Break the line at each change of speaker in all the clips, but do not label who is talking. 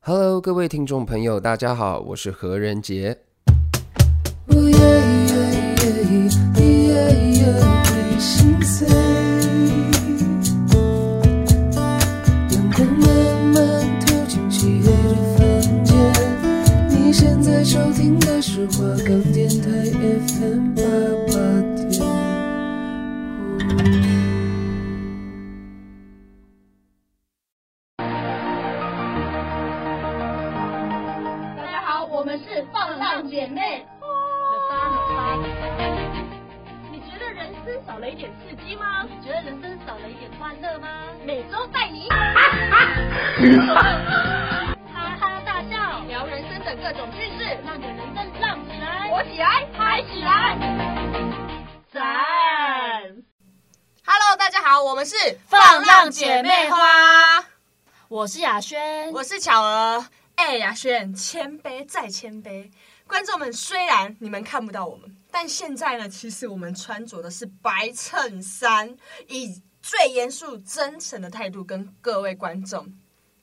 Hello，各位听众朋友，大家好，我是何仁杰。
阳光慢慢透进七月的房间。你现在收听的是华冈电台 FM 八八点五。
大家好，我们是放浪姐妹。你觉得人生少了一点刺激吗？觉得人生少了一点欢乐吗？每周带 你哈哈大笑，聊人生的各种趣事，让你的人生浪起来、活起来、嗨起来，赞！
Hello，大家好，我们是
放浪姐妹
花，
我是雅轩，
我是巧儿。哎、雅轩，谦卑再谦卑。观众们，虽然你们看不到我们，但现在呢，其实我们穿着的是白衬衫，以最严肃、真诚的态度跟各位观众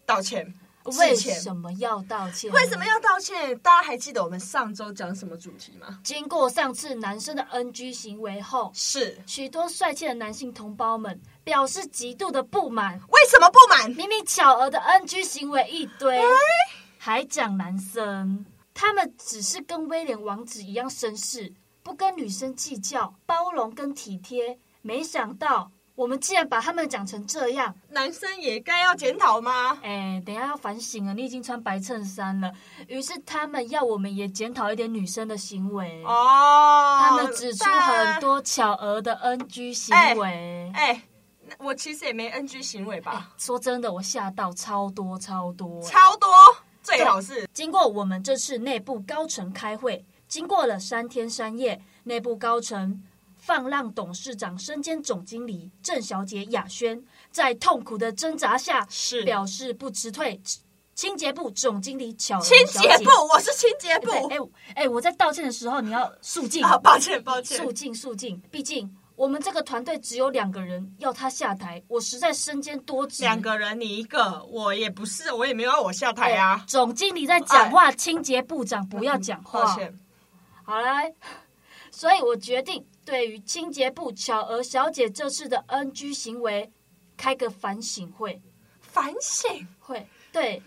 道歉。
为
致歉。
什么要道歉？
为什么？要道歉？大家还记得我们上周讲什么主题吗？
经过上次男生的 NG 行为后，
是
许多帅气的男性同胞们表示极度的不满。
为什么不满？
明明巧儿的 NG 行为一堆，
哎
还讲男生，他们只是跟威廉王子一样绅士，不跟女生计较，包容跟体贴。没想到我们竟然把他们讲成这样。
男生也该要检讨吗？
哎，等一下要反省了，你已经穿白衬衫了。于是他们要我们也检讨一点女生的行为。
哦，
哎他们指出很多巧儿的 NG 行为。
哎、那我其实也没 NG 行为吧，
说真的，我吓到超多超多。
超多，最好是
经过我们这次内部高层开会，经过了三天三夜，内部高层放浪董事长身兼总经理郑小姐雅轩，在痛苦的挣扎下，
是
表示不辞退。清洁部总经理巧儿
清
小姐
洁部，我是清洁部
对，哎、我哎、我在道歉的时候，你要肃静，
啊，抱歉抱歉
肃，静，肃静。毕竟我们这个团队只有两个人，要他下台，我实在身兼多职。
两个人你一个，我也不是，我也没有要我下
哎
台啊，
总经理在讲话，清洁部长不要讲
哎抱
话。
歉，
好啦，所以我决定对于清洁部巧儿小姐这次的 NG 行为，开个反省会。
反省。
会对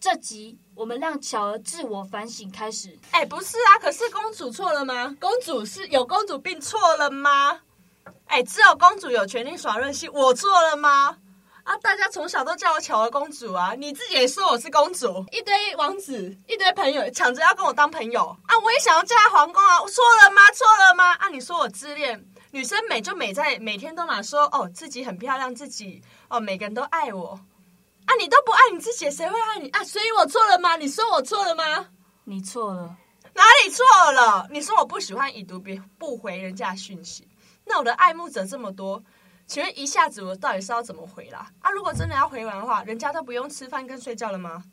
这集，我们让巧儿自我反省开始。
哎、不是啊，可是公主错了吗？公主是有公主病错了吗？哎、只有公主有权利耍任性，我错了吗？啊，大家从小都叫我巧儿公主啊，你自己也说我是公主，一堆王子，一堆朋友抢着要跟我当朋友啊，我也想要嫁皇宫啊，我错了吗？错了吗？啊，你说我自恋，女生美就美在每天都拿说哦自己很漂亮，自己哦每个人都爱我。啊，你都不爱你自己，谁会爱你啊？所以我错了吗？你说我错了吗？
你错了，
哪里错了？你说我不喜欢已读不不回人家讯息，那我的爱慕者这么多，请问一下子我到底是要怎么回啦？啊，如果真的要回完的话，人家都不用吃饭跟睡觉了吗？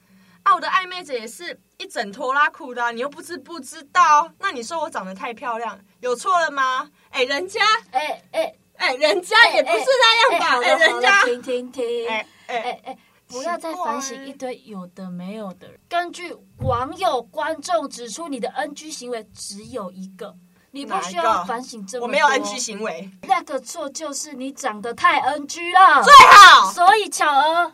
啊，我的暧昧者也是一整拖拉裤的啊、你又不知不知道？那你说我长得太漂亮，有错了吗？哎、人家，
哎哎，
哎、人家也不是那样吧？
好了
哎、人家，
停停停，
哎哎、
哎哎，不要再
奇怪
反省一堆有的没有的。根据网友观众指出，你的 NG 行为只有一个，你不需
哪一
要
个
反省这么
我
多。
没有 NG 行为，
那个错就是你长得太 NG 了。
最好
所以巧儿，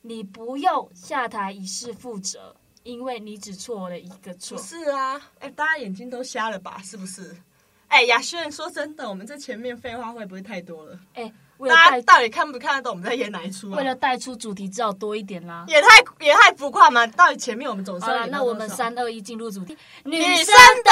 你不用下台以示负责，因为你只错了一个错
不。是啊，哎、大家眼睛都瞎了吧？是不是？哎、雅轩，说真的，我们这前面废话会不会太多了？
哎，为了
大家
带
到底看不看得懂我们在演哪一出啊？
为了带出主题，只好多一点啦。
也太也太浮夸嘛！到底前面我们总是
好
要
了，
演到
那我们
多少
三二一进入主题，女
女
生
生的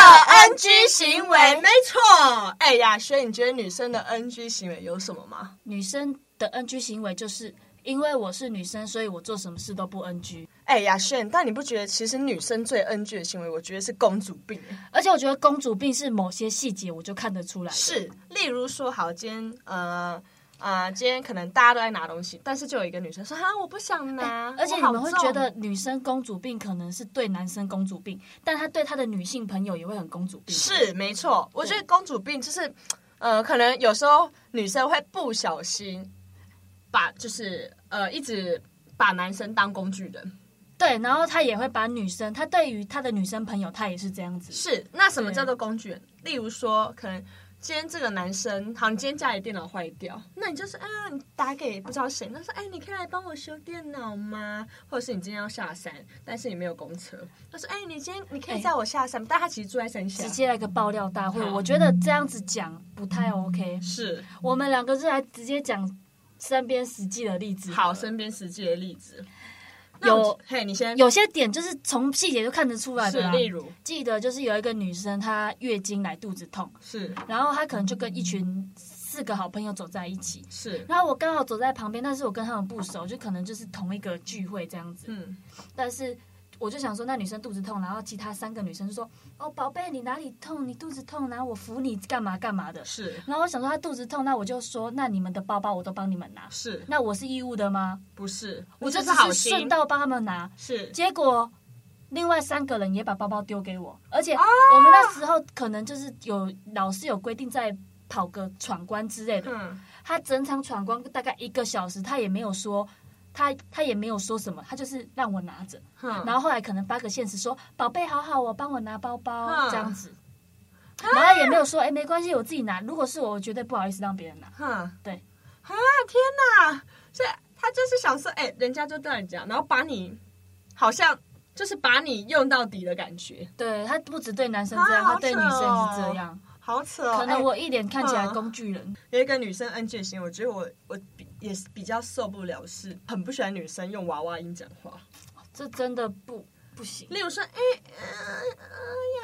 NG 行为，没错。哎、雅轩，你觉得女生的 NG 行为有什么吗？
女生的 NG 行为就是因为我是女生，所以我做什么事都不 NG。
哎、雅轩，但你不觉得其实女生最 NG 的行为，我觉得是公主病。
而且我觉得公主病是某些细节我就看得出来。，
是，例如说，好，今天呃呃，今天可能大家都在拿东西，但是就有一个女生说：“哈，我不想拿。
哎而且
我
你
好
们会
重
觉得女生公主病可能是对男生公主病，但她对她的女性朋友也会很公主病。，
是没错，我觉
对
得公主病就是，呃，可能有时候女生会不小心把就是呃一直把男生当工具人，
对，然后他也会把女生，他对于他的女生朋友，他也是这样子。
是，那什么叫做工具人？例如说，可能今天这个男生，好，你今天家里电脑坏掉，那你就是啊，你打给不知道谁，那说，哎，你可以来帮我修电脑吗？或者是你今天要下山，但是你没有公车，他说，哎，你今天你可以载我下山，但他其实住在山下
直。接来个爆料大会，
好
我觉得这样子讲不太 OK。
是，
我们两个是来直接讲身边实际的例子。
好，身边实际的例子。那我
有
嘿，你先
有些点就是从细节就看得出来
是
的、，啊。
例如
记得就是有一个女生，她月经来肚子痛，
是
然后她可能就跟一群四个好朋友走在一起，
是，
然后我刚好走在旁边，但是我跟他们不熟，就可能就是同一个聚会这样子。
嗯，
但是我就想说，那女生肚子痛，然后其他三个女生就说：“哦，宝贝，你哪里痛？你肚子痛，然后我扶你干嘛干嘛的。
是”
然后我想说她肚子痛，那我就说：“那你们的包包我都帮你们拿，
是，
那我是义务的吗？
不是？
我
你这
就是
好
只是
心，
顺道帮他们拿。”
是
结果另外三个人也把包包丢给我，而
啊
且我们那时候可能就是有老师有规定在跑个闯关之类的，
嗯
他整场闯关大概一个小时，他也没有说。他他也没有说什么，他就是让我拿着，
哼，
然后后来可能发个现实说：“宝贝，好好哦，帮我拿包包。
嗯啊
这样子。然后也没有说：“哎、没关系，我自己拿。”如果是我，我绝对不好意思让别人拿。
哼，
对
啊，天哪！所以他就是想说，哎、人家就对你讲，然后把你好像就是把你用到底的感觉，
对他不只对男生
啊
这样，
好
他对女
扯
生也是
哦
这样。
好扯哦。
可能
哎
我一脸看起来
嗯
工具人，
有一个女生 NG 的行为，我觉得我我比也是比较受不了，是很不喜欢女生用娃娃音讲话。
这真的不不行。
例如说，哎、呃，呃，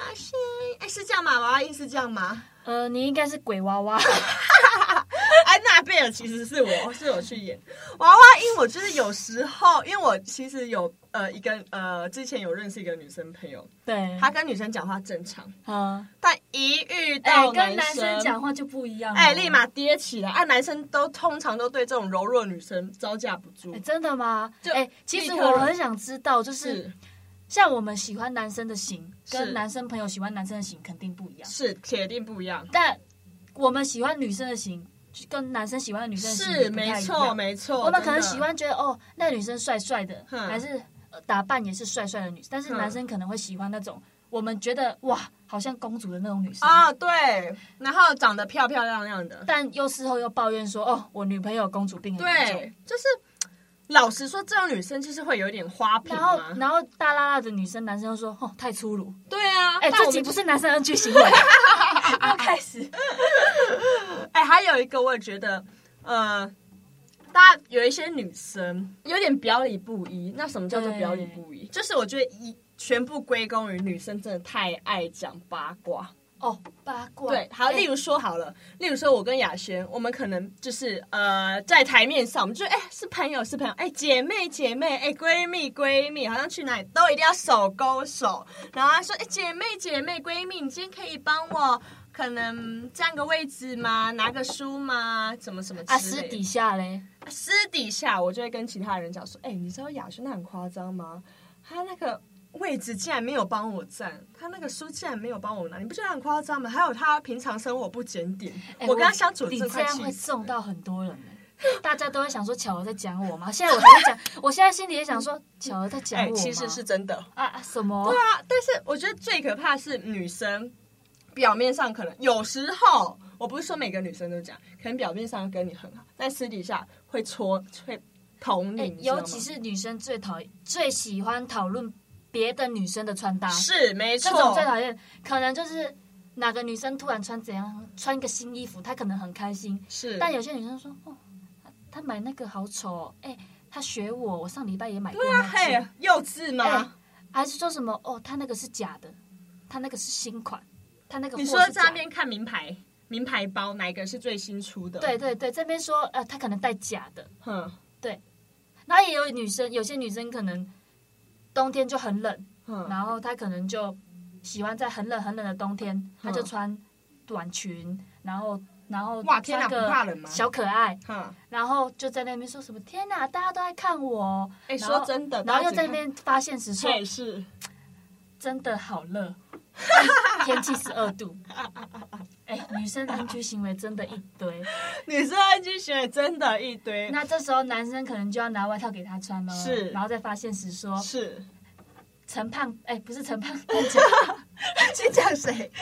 雅欣，哎、是这样吗？娃娃音是这样 吗？
呃，你应该是鬼娃 娃，
安娜哎贝尔其实是我是我去演娃娃音，我就是有时候，因为我其实有呃一个呃之前有认识一个女生朋友，
对，
她跟女生讲话正常，
嗯，
但一遇
哎、
到
跟男
男
生讲，话就不一样了，
哎、立马跌起来。哎、男生都通常都对这种柔弱女生招架不住
哎、，真的吗？
就
哎、其实
立刻
我很想知道，就是
是
像我们喜欢男生的型，
是
跟男生朋友喜欢男生的型肯定不一样，
是铁定不一样，
但我们喜欢女生的型，跟男生喜欢女生的型也
是
不太一
没
样
错没错。
我们哦可
真
能
的啊
喜欢觉得哦，那女生帅帅的，
哼
还是呃打扮也是帅帅的女生，但是
哼
男生可能会喜欢那种我们觉得哇，好像公主的那种女生。
啊，对，然后长得漂漂亮亮的，
但又事后又抱怨说：“哦，我女朋友有公主病很严重
对，就是老实说，这种女生就是会有点花瓶
然后
嘛，。
然后大拉拉的女生，男生又说：“哦，太粗鲁。
对啊，
哎、
但
这
我
集
们
不是男生 NG 行为。又开始，
哎、还有一个我也觉得，呃，大家有一些女生有点表里不一。那什么叫做表里不一？就是我觉得一全部归功于女生真的太爱讲八卦。
哦，八卦。
对，好，
哎
例如说好了，例如说我跟雅轩，我们可能就是呃在台面上，我们就哎、是朋友是朋友，哎、姐妹姐妹，哎、闺蜜闺蜜，好像去哪里都一定要手勾手，然后她说哎、姐妹姐妹闺蜜，你今天可以帮我。可能占个位置吗？拿个书吗？怎么什么之类
啊，
的
私底下嘞，
私底下，我就会跟其他人讲说，哎、你知道雅轩那很夸张吗？他那个位置竟然没有帮我占，他那个书竟然没有帮我拿，你不觉得很夸张吗？还有他平常生活不检点，
哎
我跟他相处
你
真的
这
快
样
气
会
死了
中到很多人、哎大家都会想说巧儿在讲我吗？现在我还在讲，我现在心里也想说巧儿在讲
哎、
我吗
其实是真的。
啊啊什么？
对啊，但是我觉得最可怕的是女生表面上可能有时候，我不是说每个女生都这样，可能表面上跟你很好，但私底下会戳会捅你，
哎、
你知道
尤
吗
其是女生最讨最喜欢讨论别的女生的穿搭，
是没
这
错，
种最讨厌，可能就是哪个女生突然穿怎样穿个新衣服，她可能很开心，
是，
但有些女生说哦，她她买那个好丑、哦，哎、她学我，我上礼拜也买过
对啊，
那件，
嘿，幼稚吗？
哎还是说什么哦，她那个是假的，她那个是新款，她那个货
你
是
说在
假
那
的
边看名牌，名牌包哪一个是最新出的？
对，对对，这边说呃，她可能带假的，
哼
然后也有女生，有些女生可能冬天就很冷，
哼，
然后她可能就喜欢在很冷很冷的冬天，
嗯
她就穿短裙，然后然后
哇天哪
穿个
不怕冷吗
小可爱，
哼，
然后就在那边说什么天哪，大家都在看我，
哎，
然后
说真的，
然后
大
又
家
在
只
那边发现实 说
看，也是，
真的好热，烟气十二 度。哎、女生的 NG 行为真的一堆，
女生 IG 行为真的一堆，
那这时候男生可能就要拿外套给她穿了，
是
然后再发现时说
是，
陈胖，哎、不 是陈胖，我讲
你讲谁？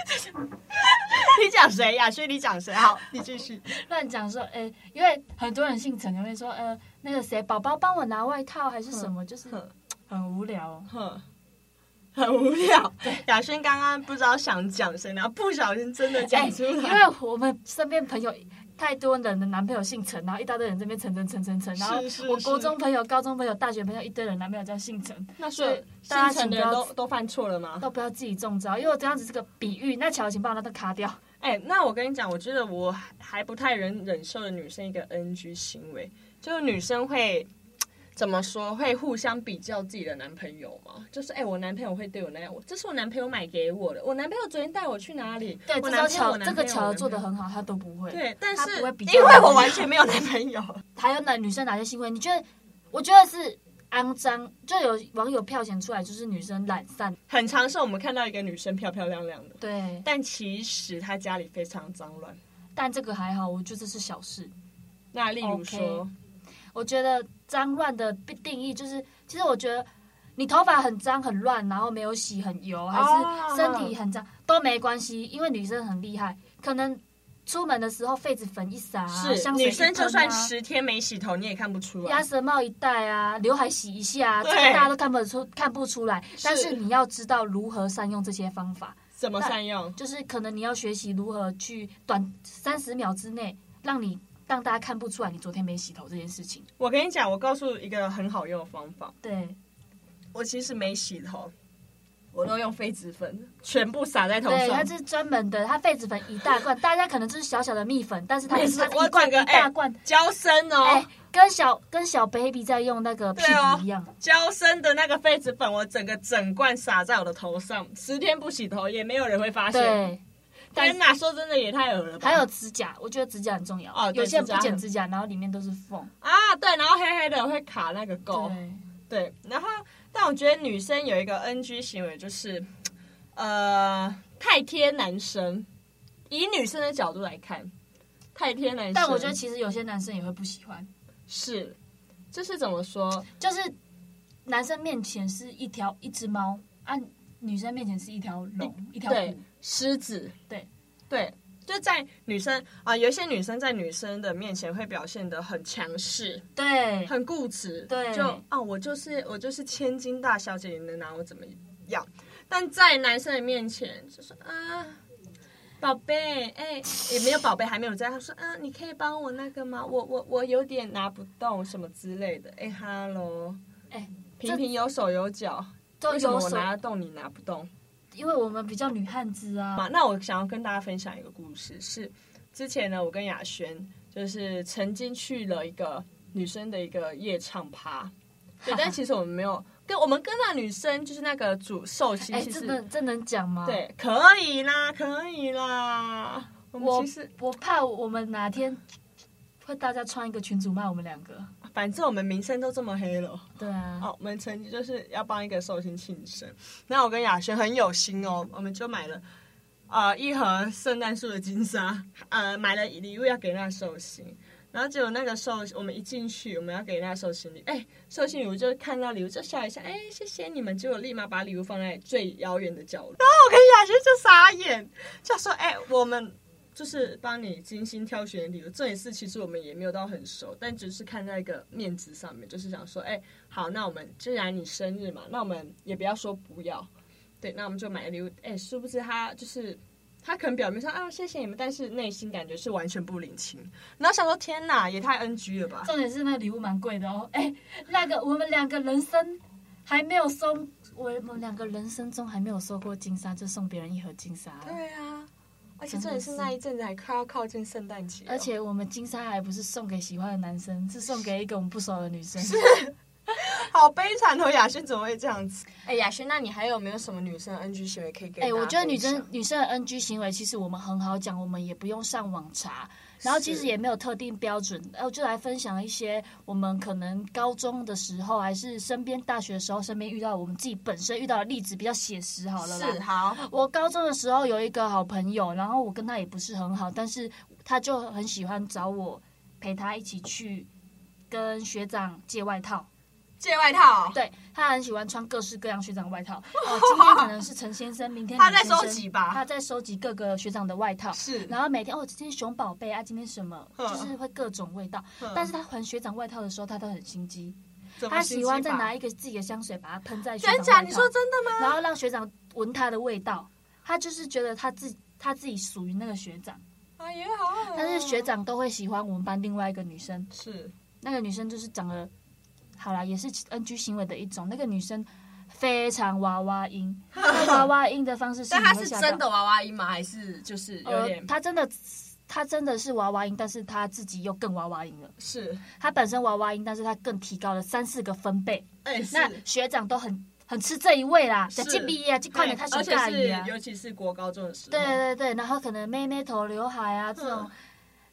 你讲谁？亚轩，你讲谁？好，你继续。
乱讲说，哎、因为很多人姓陈，就会说，呃，那个谁，宝宝帮我拿外套还是
嗯
什么，就是
哼
很无聊。
哼，很无聊。雅轩刚刚不知道想讲谁，然后不小心真的讲出
哎因
来。
为我们身边朋友太多人的男朋友姓陈，然后一大堆人这边陈陈陈陈陈，然后
是是
我国
是
中朋友、高中朋友、大学朋友一堆人男朋友叫姓陈，
那
所以大
大
家
家
请不
的人
要
都都犯错了吗？
都不要自己中招，因为我这样子是个比喻，那巧请帮我那都卡掉。
哎、那我跟你讲，我觉得我还不太忍忍受的女生一个 NG 行为，就是女生会怎么说，会互相比较自己的男朋友嘛？就是哎、我男朋友会对我那样，我这是我男朋友买给我的，我男朋友昨天带我去哪里？
对，
我
这
男
招
朋友我
巧
男
这
朋友
个巧
我
儿
男
做的
朋友
很好，他都不会。
对，但
他
是
不会比较
因为
男
我
友
完全没有男朋友，
还有男女生哪些行为？你觉得？我觉得是肮脏，就有网友票选出来就是女生懒散。
很常是我们看到一个女生漂漂亮亮的，
对，
但其实她家里非常脏乱。
但这个还好，我觉得这是小事。
那例如说
我觉得脏乱的定义就是，其实我觉得你头发很脏很乱，然后没有洗很油，还
啊
是身体很脏、都没关系，因为女生很厉害，可能出门的时候痱子粉一撒、啊，
是
香水
女
一喷啊
生，就算十天没洗头，你也看不出来
鸭。舌帽一戴啊，刘海洗一下、啊，这
对
个大家都看不出看不出来，但是你要知道如何善用这些方法，
怎么善用？
就是可能你要学习如何去短三十秒之内让你。让大家看不出来你昨天没洗头这件事情，
我跟你讲，我告诉一个很好用的方法。
对
我其实没洗头，我都用痱子粉全部撒在头
对，
上
它。是专门的，它痱子粉一大罐， 大家可能就是小小的蜜粉，但是它
没
它
事
是
我
一
整
罐
个
一大罐，
娇生哦，
哎、跟小跟小 baby 在用那个屁
对哦
股一样，
娇生的那个痱子粉，我整个整罐撒在我的头上，十天不洗头也没有人会发现。
对，但
天哪，说真的也太恶了吧！
还有指甲，我觉得指甲很重要，
哦对
有些人
指
不
甲
剪
很
指甲，然后里面都是缝，
啊，对，然后黑黑的会卡那个垢。
对，
对，然后但我觉得女生有一个 NG 行为就是，呃，太贴男生。以女生的角度来看，太贴男生，
但我觉得其实有些男生也会不喜欢，
是，就是怎么说？
就是男生面前是一条一只猫，啊，女生面前是一条龙，一条
对
虎，，
狮子，
对
对，就在女生啊、有一些女生在女生的面前会表现得很强势、
对，
很固执，
对
就啊，我就是我就是千金大小姐，你能拿我怎么样？但在男生的面前，就说啊，宝贝，哎、也没有宝贝，还没有在，他说啊，你可以帮我那个吗？我我我有点拿不动什么之类的，哎、哈喽，
哎
平平有手有脚，
都
为什么
有
我
手，
拿得动你拿不动？
因为我们比较女汉子啊，
嘛，那我想要跟大家分享一个故事，是之前呢，我跟雅轩就是曾经去了一个女生的一个夜唱趴， 对，但其实我们没有跟我们跟那女生就是那个主寿星，
哎、
其
这
实、
能这能讲吗？。
对，可以啦，可以啦，我
我
们其实
我怕我们哪天会大家穿一个群主骂我们两个。
反正我们名声都这么黑了。
对啊，
哦，我们曾经就是要帮一个寿星庆生，那我跟雅轩很有心哦，我们就买了呃一盒圣诞树的金沙，呃买了礼物要给那寿星，然后结果那个寿我们一进去，我们要给那寿星礼，哎，寿星礼物就看到礼物就笑一下，哎谢谢你们，结果立马把礼物放在最遥远的角落，然后我跟雅轩就傻眼，就说哎我们。就是帮你精心挑选礼物，这也是其实我们也没有到很熟，但只是看在一个面子上面，就是想说，哎、好，那我们既然你生日嘛，那我们也不要说不要，对，那我们就买礼物。哎，殊不知他就是他可能表面上啊谢谢你们，但是内心感觉是完全不领情。然后想说天哪，也太 NG 了吧？
重点是那个礼物蛮贵的哦。 哎、那个我们两个人生还没有收，我们两个人生中还没有收过金沙，就送别人一盒金沙了。
对啊，而且这也是那一阵子还快要靠近圣诞节了，
而且我们金沙还不是送给喜欢的男生，是送给一个我们不熟的女生。
好悲惨哦！雅轩怎么会这样子？哎、雅轩，那你还有没有什么女生 NG 行为可以给？
哎、我觉得女生女生的 NG 行为，其实我们很好讲，我们也不用上网查，然后其实
是
也没有特定标准，然后就来分享一些我们可能高中的时候，还是身边大学的时候，身边遇到我们自己本身遇到的例子比较写实好了啦。
是好，
我高中的时候有一个好朋友，然后我跟他也不是很好，但是他就很喜欢找我陪他一起去跟学长借外套。
借外套，
对他很喜欢穿各式各样学长外套。哦，今天可能是陈先生，明天
他
李先
在收
生
集吧
他在收集各个学长的外套。
是
然后每天哦，今天熊宝贝啊，今天什么，
嗯
就是会各种味道。但是他还学长外套的时候，他都很心机，
怎么
他
心
喜
机
欢再
法
拿一个自己的香水把它喷在学长
真
外
假？
套，
你说真的吗？
然后让学长闻他的味道。他就是觉得他自他自己属于那个学长，
啊，也好恶哦，
但是学长都会喜欢我们班另外一个女生，
是
那个女生就是长得，好啦，也是 NG 行为的一种。那个女生非常娃娃 音，那娃娃音的方式是，
但他是真的，哦娃娃音吗？还是就是有
呃
点，
她真的，她真的是娃娃音，但是她自己又更娃娃音了。
是？
她本身娃娃音，但是她更提高了三四个分贝。
哎，是
那学长都很很吃这一味啦，
是
这金币啊，这快点，她
而且
是大
是
姨啊。
尤其是国高中的时候，
对对对，然后可能妹妹头、刘海啊这种
嗯。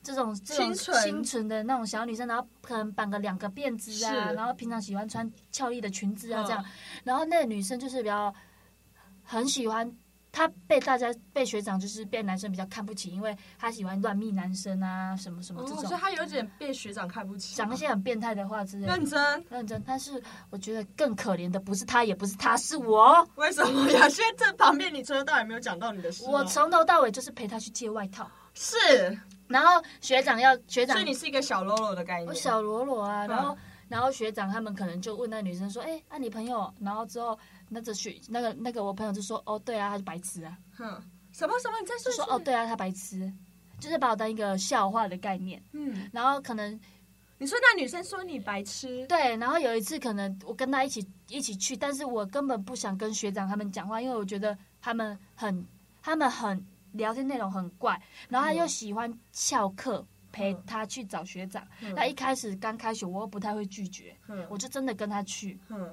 这种这
清
种
纯
清纯的那种小女生，然后可能绑个两个辫子啊，
是
然后平常喜欢穿俏丽的裙子啊
嗯
这样，然后那个女生就是比较很喜欢，她被大家被学长就是被男生比较看不起，因为她喜欢乱蜜男生啊什么什么
哦，
这
所以
种，
他有点被学长看不起，
讲一些很变态的话之类的。
认真。
认真，但是我觉得更可怜的不是她，也不是她，是我。
为什么 呀？现在旁边你从头到尾没有讲到你的事吗，
我从头到尾就是陪她去借外套，
是，
然后学长要学长
所以你是一个小喽啰的概念。
我小罗罗啊，
嗯
然后然后学长他们可能就问那女生说，哎、啊你朋友？然后之后那个学那个那个我朋友就说，哦对啊，他是白痴啊，
哼，嗯什么什么？你再
就
说
说哦，对啊，他白痴，就是把我当一个笑话的概念。
嗯，
然后可能
你说那女生说你白痴，
对，然后有一次可能我跟他一起一起去，但是我根本不想跟学长他们讲话，因为我觉得他们很他们很聊天内容很怪，然后他又喜欢翘课陪
嗯
他去找学长。那、一开始刚开学我又不太会拒绝，
嗯
我就真的跟他去。
哼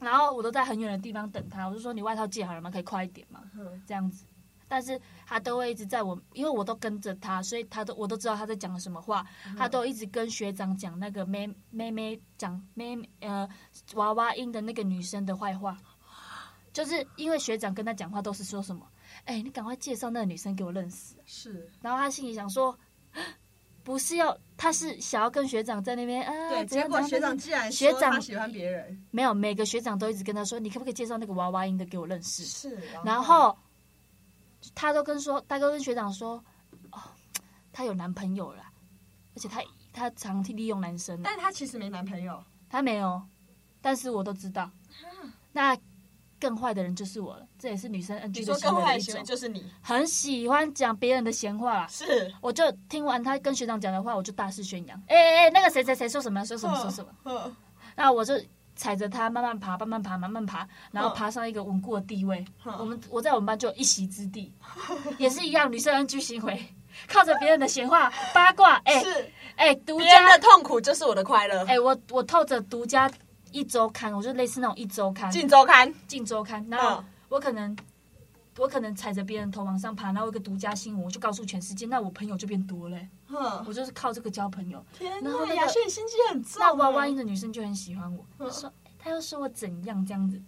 然后我都在很远的地方等他，我就说你外套借好了吗？可以快一点吗？
哼，
这样子，但是他都会一直在我，因为我都跟着他，所以他都我都知道他在讲什么话，
嗯
他都一直跟学长讲那个妹妹妹讲妹妹呃娃娃音的那个女生的坏话，就是因为学长跟他讲话都是说什么，哎、你赶快介绍那个女生给我认识，
是
然后他心里想说。不是要，他是想要跟学长在那边啊，
对。
怎样
结果
怎样
学
怎
长
样
既然
学
说
长
他喜欢别人，
没有，每个学长都一直跟他说，你可不可以介绍那个娃娃音的给我认识？
是，
然后他都跟说，他都跟学长说，哦，她有男朋友了，而且她她常利用男生啊，
但她其实没男朋友，
她没有，但是我都知道。那更坏的人就是我了，这也是女生 NG
啊你
的
说
行
更
为
坏
的
的
一
行为
种，
就是你，
很喜欢讲别人的闲话啦。
是，
我就听完他跟学长讲的话，我就大肆宣扬，哎哎哎，那个谁谁谁说什么说什么说什么。
嗯，
那我就踩着它慢慢爬，慢慢爬，慢慢爬，然
嗯
后爬上一个稳固的地位。
嗯
我们我在我们班就有一席之地， 也是一样，女生 NG 行为， 靠着别人的闲话八卦，哎、
是，
哎、独
别人
家
的，痛苦就是我的快乐。
哎、我我透着独家一周刊，我就类似那种一周刊、
镜周刊，
近周刊，然后
嗯
我可能。我可能踩着别人头往上爬，然后一个独家新闻，我就告诉全世界，那我朋友就变多了、哎
哼，
我就是靠这个交朋友。
天
然后
呐，
那个
雅轩你心机很重，
那娃娃音的女生就很喜欢我，她
啊嗯
说哎她又说我怎样这样子，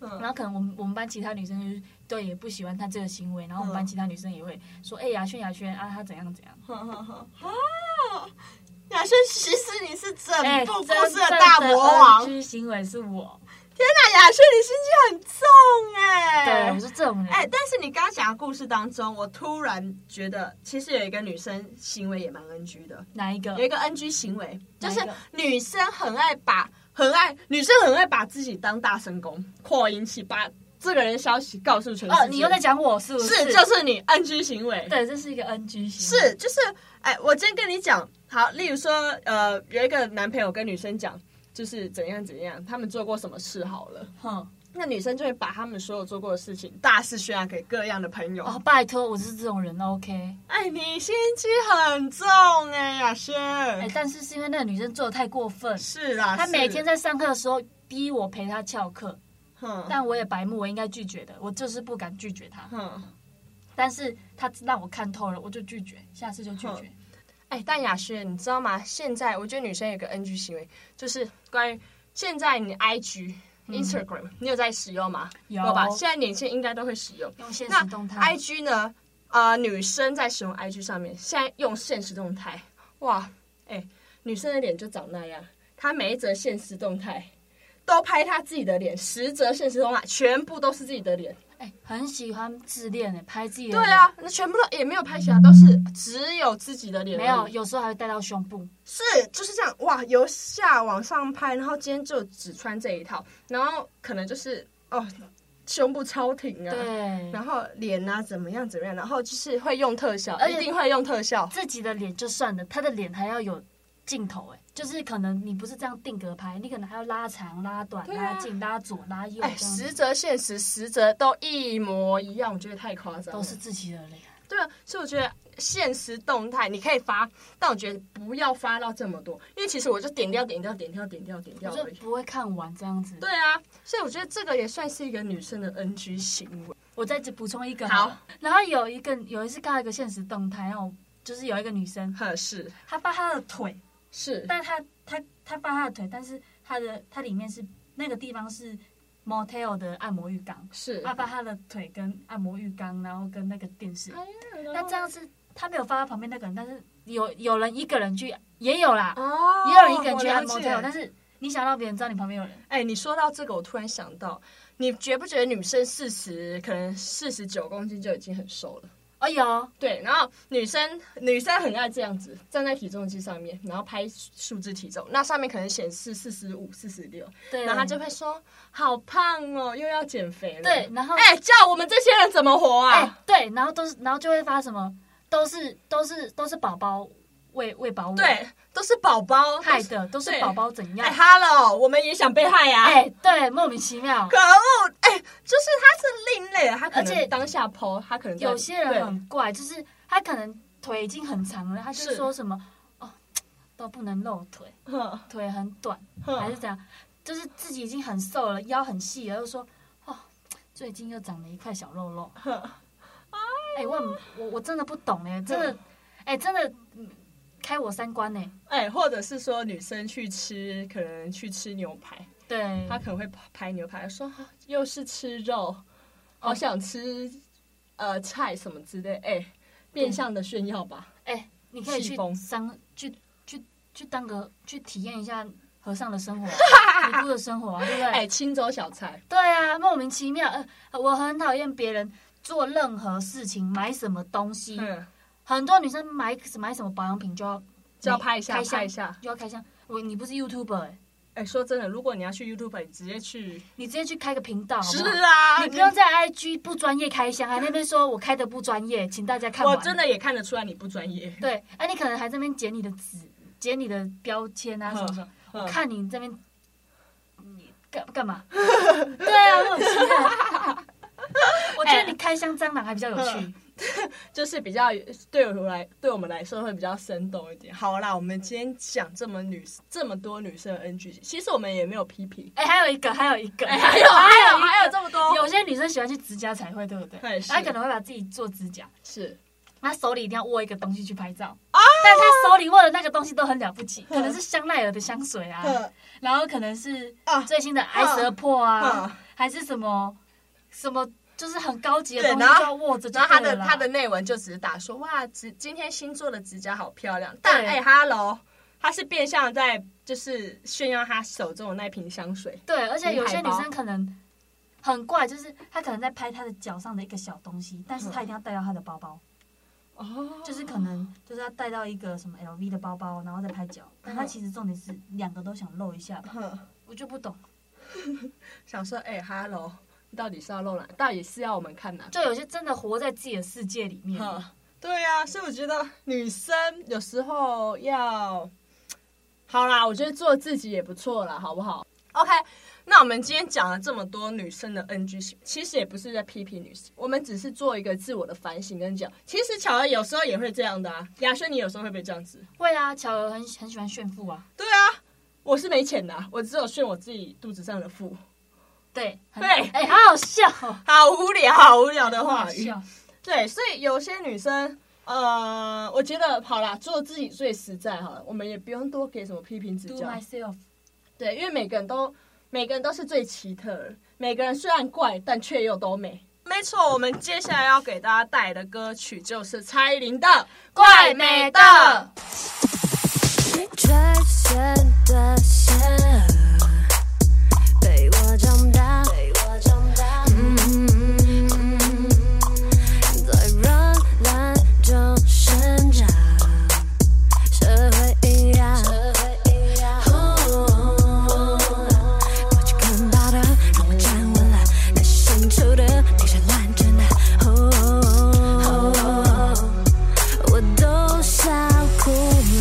嗯
然后可能我们我们班其他女生就是对也不喜欢她这个行为，然后我们班
嗯
其他女生也会说，哎、雅轩雅轩啊，她怎样怎样，
哼哼哼啊，雅轩，其实啊你是整
哎、
部故
真
事的大魔王。
NG 行为是我，
天呐，雅轩，你心机很重哎、
对，我是这种人，
哎、但是你刚刚讲的故事当中，我突然觉得，其实有一个女生行为也蛮 NG 的，
哪一个
有？一个 NG 行为，
哪
就
一
是
个
女生很爱把很爱女生很爱把自己当大声公，扩音器把这个人的消息告诉全世界。
哦，你又在讲我是不
是就是你 NG 行为，
对，这是一个 NG 行为，
是，就是，哎，我今天跟你讲，好，例如说，呃，有一个男朋友跟女生讲，就是怎样怎样，他们做过什么事好了，
哼，
那女生就会把他们所有做过的事情大肆宣扬给各样的朋友。
哦，拜托，我是这种人，OK，
哎，你心机很重哎、雅轩、
哎、但是是因为那个女生做的太过分，
是啦，
她每天
在
在上课的时候逼我陪他翘课，
哼
但我也白目，我应该拒绝的，我就是不敢拒绝他。
哼，
但是他让我看透了，我就拒绝，下次就拒绝。
哎，但雅轩，你知道吗？现在我觉得女生有个 NG 行为，就是关于现在你 IG、Instagram，你嗯有在嗯使用吗？
有
吧？现在年轻人应该都会使用。
用现
那
实动态
IG 呢？呃，女生在使用 IG 上面，现在用现实动态，哇，哎、女生的脸就长那样，她每一则现实动态都拍她自己的脸，十则现实动态全部都是自己的脸。
哎、很喜欢自恋诶、拍自己的
对
脸，
啊，那全部都也没有拍其啊他，都是只有自己的脸而
没
已。
有，有时候还会带到胸部，
是就是这样哇，由下往上拍，然后今天就只穿这一套，然后可能就是哦，胸部超挺啊。
对，
然后脸啊怎么样怎么样，然后就是会用特效，
而且
一定会用特效。
自己的脸就算了，他的脸还要有镜头哎、就是可能你不是这样定格拍，你可能还要拉长、拉短、
对啊
拉近、拉左、拉右，
哎，
这样
实
子
则现实，实则都一模一样，我觉得太夸张了。
都是自己的脸。
对啊，所以我觉得现实动态你可以发，但我觉得不要发到这么多，因为其实我就点掉、点掉、点掉、点掉、点掉
我就
而已。
不会看完这样子。
对啊，所以我觉得这个也算是一个女生的 NG 行为。
我再只补充一个
好
了，然后有一个有一次看到一个现实动态，然后就是有一个女生，
呵，是
她扒她的腿，
是，
但她她她扒她的腿，但是她的她里面是那个地方是 motel 的按摩浴缸，
是
她扒她的腿跟按摩浴缸，然后跟那个电
哦
视，哎那
那
这样是她没有发到旁边那个人，但是有有人一个人去也有啦，
哦，
也有人一个人去
我
按
了解
motel，但是你想让别人知道你旁边有人，
哎、你说到这个，我突然想到，你觉不觉得女生四十，可能四十九公斤就已经很瘦了？
哦有，
对，然后女生女生很爱这样子，站在体重机上面，然后拍数字体重，那上面可能显示四十五、四十六，
对，
然后她就会说好胖哦，又要减肥了。
对，，然后
哎、叫我们这些人怎么活
哎、
啊？
对，然后都是，然后就会发什么，都是都是都是宝宝喂喂饱我
对，都是宝宝
害。的，都是
对
宝宝怎
都是
样
哎？，Hello，我们也想被害呀、
哎、对，莫名其妙
可。恶！哎、就是他是另类的，他可
而且
能当下剖，他可能在
有些
对
人很怪，就是他可能腿已经很长了，他就是说什么哦都不能露腿，
哼
腿很短，
哼
还是怎样？就是自己已经很瘦了，腰很细了，又说哦最近又长了一块小肉肉。哎、我很我我真的不懂哎、真的哎、真的嗯开我三观呢、
哎、或者是说女生去吃，可能去吃牛排，
对，
她可能会拍牛排，说啊又是吃肉，
哦
好想吃呃菜什么之类，哎、变相的炫耀吧。
哎、你可以
气
去
疯
当去去去当个去体验一下和尚的生 活、尼姑的生活、啊，对不对？
哎、青州小菜，
对啊，莫名其妙。呃，我很讨厌别人做任何事情买什么东西，
嗯，
很多女生买买什么保养品就要
就要拍一下，
开箱
拍一下。
就要开箱。我你不是 YouTuber 哎、
哎、说真的，如果你要去 YouTube，你直接去。
你直接去开个频道好不
是
好？
啊，
你不用在 IG 不专业开箱，还那边说我开的不专业，请大家看
我
完。
真的也看得出来你不专业。
对，哎、你可能还在那边剪你的纸，剪你的标签啊什么什么。
嗯
我看你这边，你干干 嘛？对啊，我很奇怪。我觉得你开箱蟑螂还比较有趣
哎嗯。就是比较对我来对我们来说会比较生动一点。好啦，我们今天讲这么女这么多女生的 NG，其实我们也没有批评，
哎、还有一个，还有一个，
哎还有还有还有这么多
有些女生喜欢去指甲彩绘，对不对
哎？是
她可能会把自己做指甲，
是
她手里一定要握一个东西去拍照。
哦
但她手里握的那个东西都很了不起，可能是香奈儿的香水啊，
嗯呃
然后可能是
啊
最新的埃蛇破啊
啊，
还是什么什么，就是很高级的
对
东西
然后
就要握着就
然后他
对
的
了啦
他的内文就只是打说哇，指今天新做的指甲好漂亮，但
对
哎、哈 hello，他是变相在就是炫耀他手中的那瓶香水，
对，而且有些
名牌
女
包
生可能很怪，就是她可能在拍她的脚上的一个小东西，但
嗯
是她一定要带到她的包包，
哦，嗯
就是可能就是要带到一个什么 LV 的包包，然后再拍脚。但她其实重点是两个都想露一下吧，我就不懂，
想说哎、哈 hello，你到底是要露哪？到底是要我们看哪？
就有些真的活在自己的世界里面。
嗯， 对呀、所以我觉得女生有时候要，好啦，我觉得做自己也不错啦，好不好？OK，那我们今天讲了这么多女生的 NG 行为，其实也不是在批评女生，我们只是做一个自我的反省跟讲。其实巧儿有时候也会这样的啊，雅轩你有时候会不会这样子？
会啊，巧儿很很喜欢炫富啊，
对啊，我是没钱拿，我只有炫我自己肚子上的腹。
对，很
对哎
哎，好好笑哦，
好无聊，好无聊的
好好
话语。
笑，
对，所以有些女生，呃，我觉得好啦，做自己最实在好了，我们也不用多给什么批评指
do
教。
myself，
对，因为每个人都每个人都是最奇特的，每个人虽然怪，但却又都美。没错，我们接下来要给大家带的歌曲就是蔡依林的《怪美的》。
垂涎的线，陪我长大，陪我长大。在热恋中生长，社会营养，社会营养。我去看到的，让我站稳了，那是深处的，你是乱真的。我都笑哭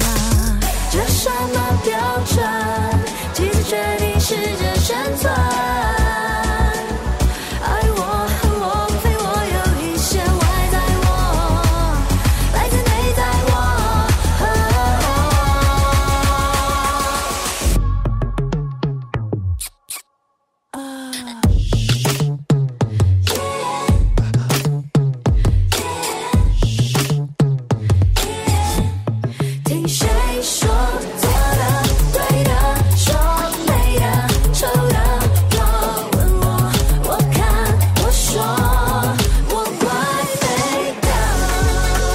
了。这什么标准？几次决定试着生存。爱我恨我，非我有一些外在我，来自内在我。啊听谁说错的、对的、说美的、丑的，都问我，我看我说我怪美的。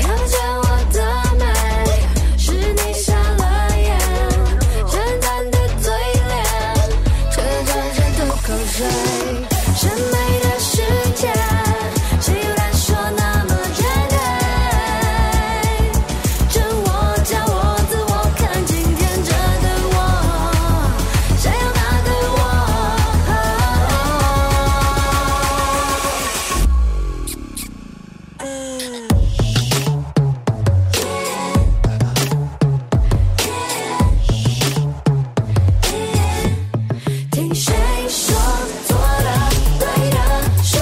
看见我 的美，是你瞎了眼，简单的嘴脸，却转身吐口水。是美的世界，谁又敢说那么绝对？真我假我自我，看今天这的我，谁要那个我？听谁说错的、对的、说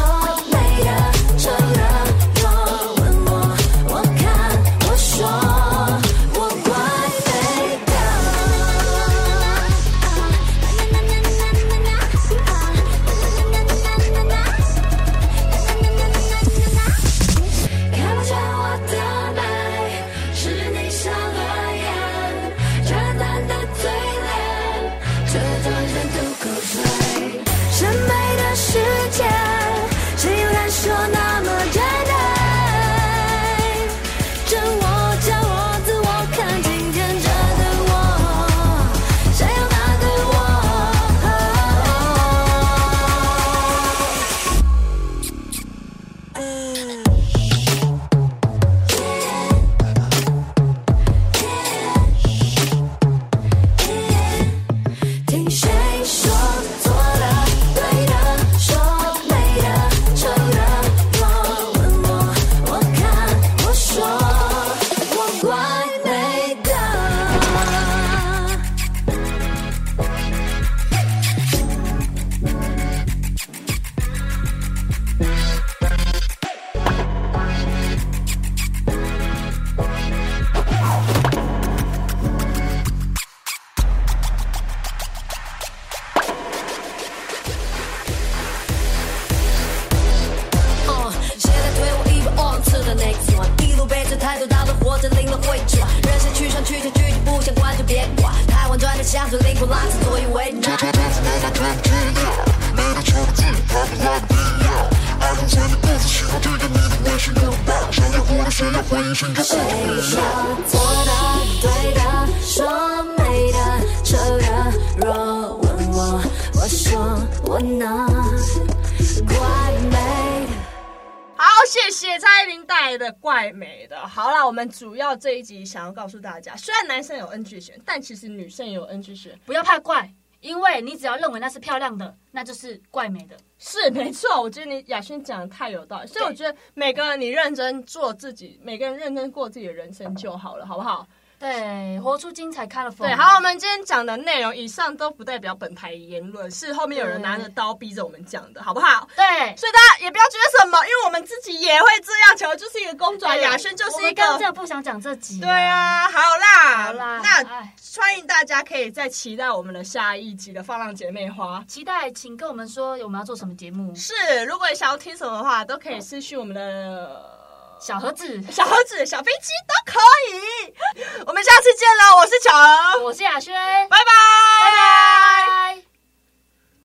美的、丑的，都问我，我看我说我怪美的。看不见我的美，是你瞎了眼，简单的嘴脸，却转身吐口水。深美的世界，谁又敢说那么绝对？真我假我自我，看今天这的我， 谁要那个我？听谁说错的、对的、说美的、丑的，都问我，我看我说我怪美的。哦，谁来推我一把？On 哦 to the next one，一路被这态度打的活着，灵了会转。人生去上去就去，不想管就别管。台湾赚的香水，灵魂拉扯，所以为难。谁说错的、对的、说美的、丑的？若问我，我说我呢，怪美的。
好，谢谢蔡依林带来的《怪美的》。好啦，我们主要这一集想要告诉大家，虽然男生有 NG 选，但其实女生也有 NG 选。
不要怕怪，因为你只要认为那是漂亮的，那就是怪美的。
是 没错，我觉得你雅轩讲的太有道理，所以我觉得每个人你认真做自己，每个人认真过自己的人生就好了，好不好？
对，活出精彩 colorful。
对，好，我们今天讲的内容，以上都不代表本台言论，是后面有人拿着刀逼着我们讲的，好不好？
对，
所以大家也不要觉得什么，因为我们自己也会这样，乔就是一个公主啊，雅轩就
我
是
们
一
刚刚真
个。
的不想讲这集。
对，啊，好啦，
好啦，
那
哎
欢迎大家可以再期待我们的下一集的《放浪姐妹花》。
期待请跟我们说我们要做什么节目。
是，如果你想要听什么的话，都可以私讯我们的
小盒子，
小盒子、小飞机都可以。我们下次见喽，我是巧儿，
我是雅轩，
拜拜。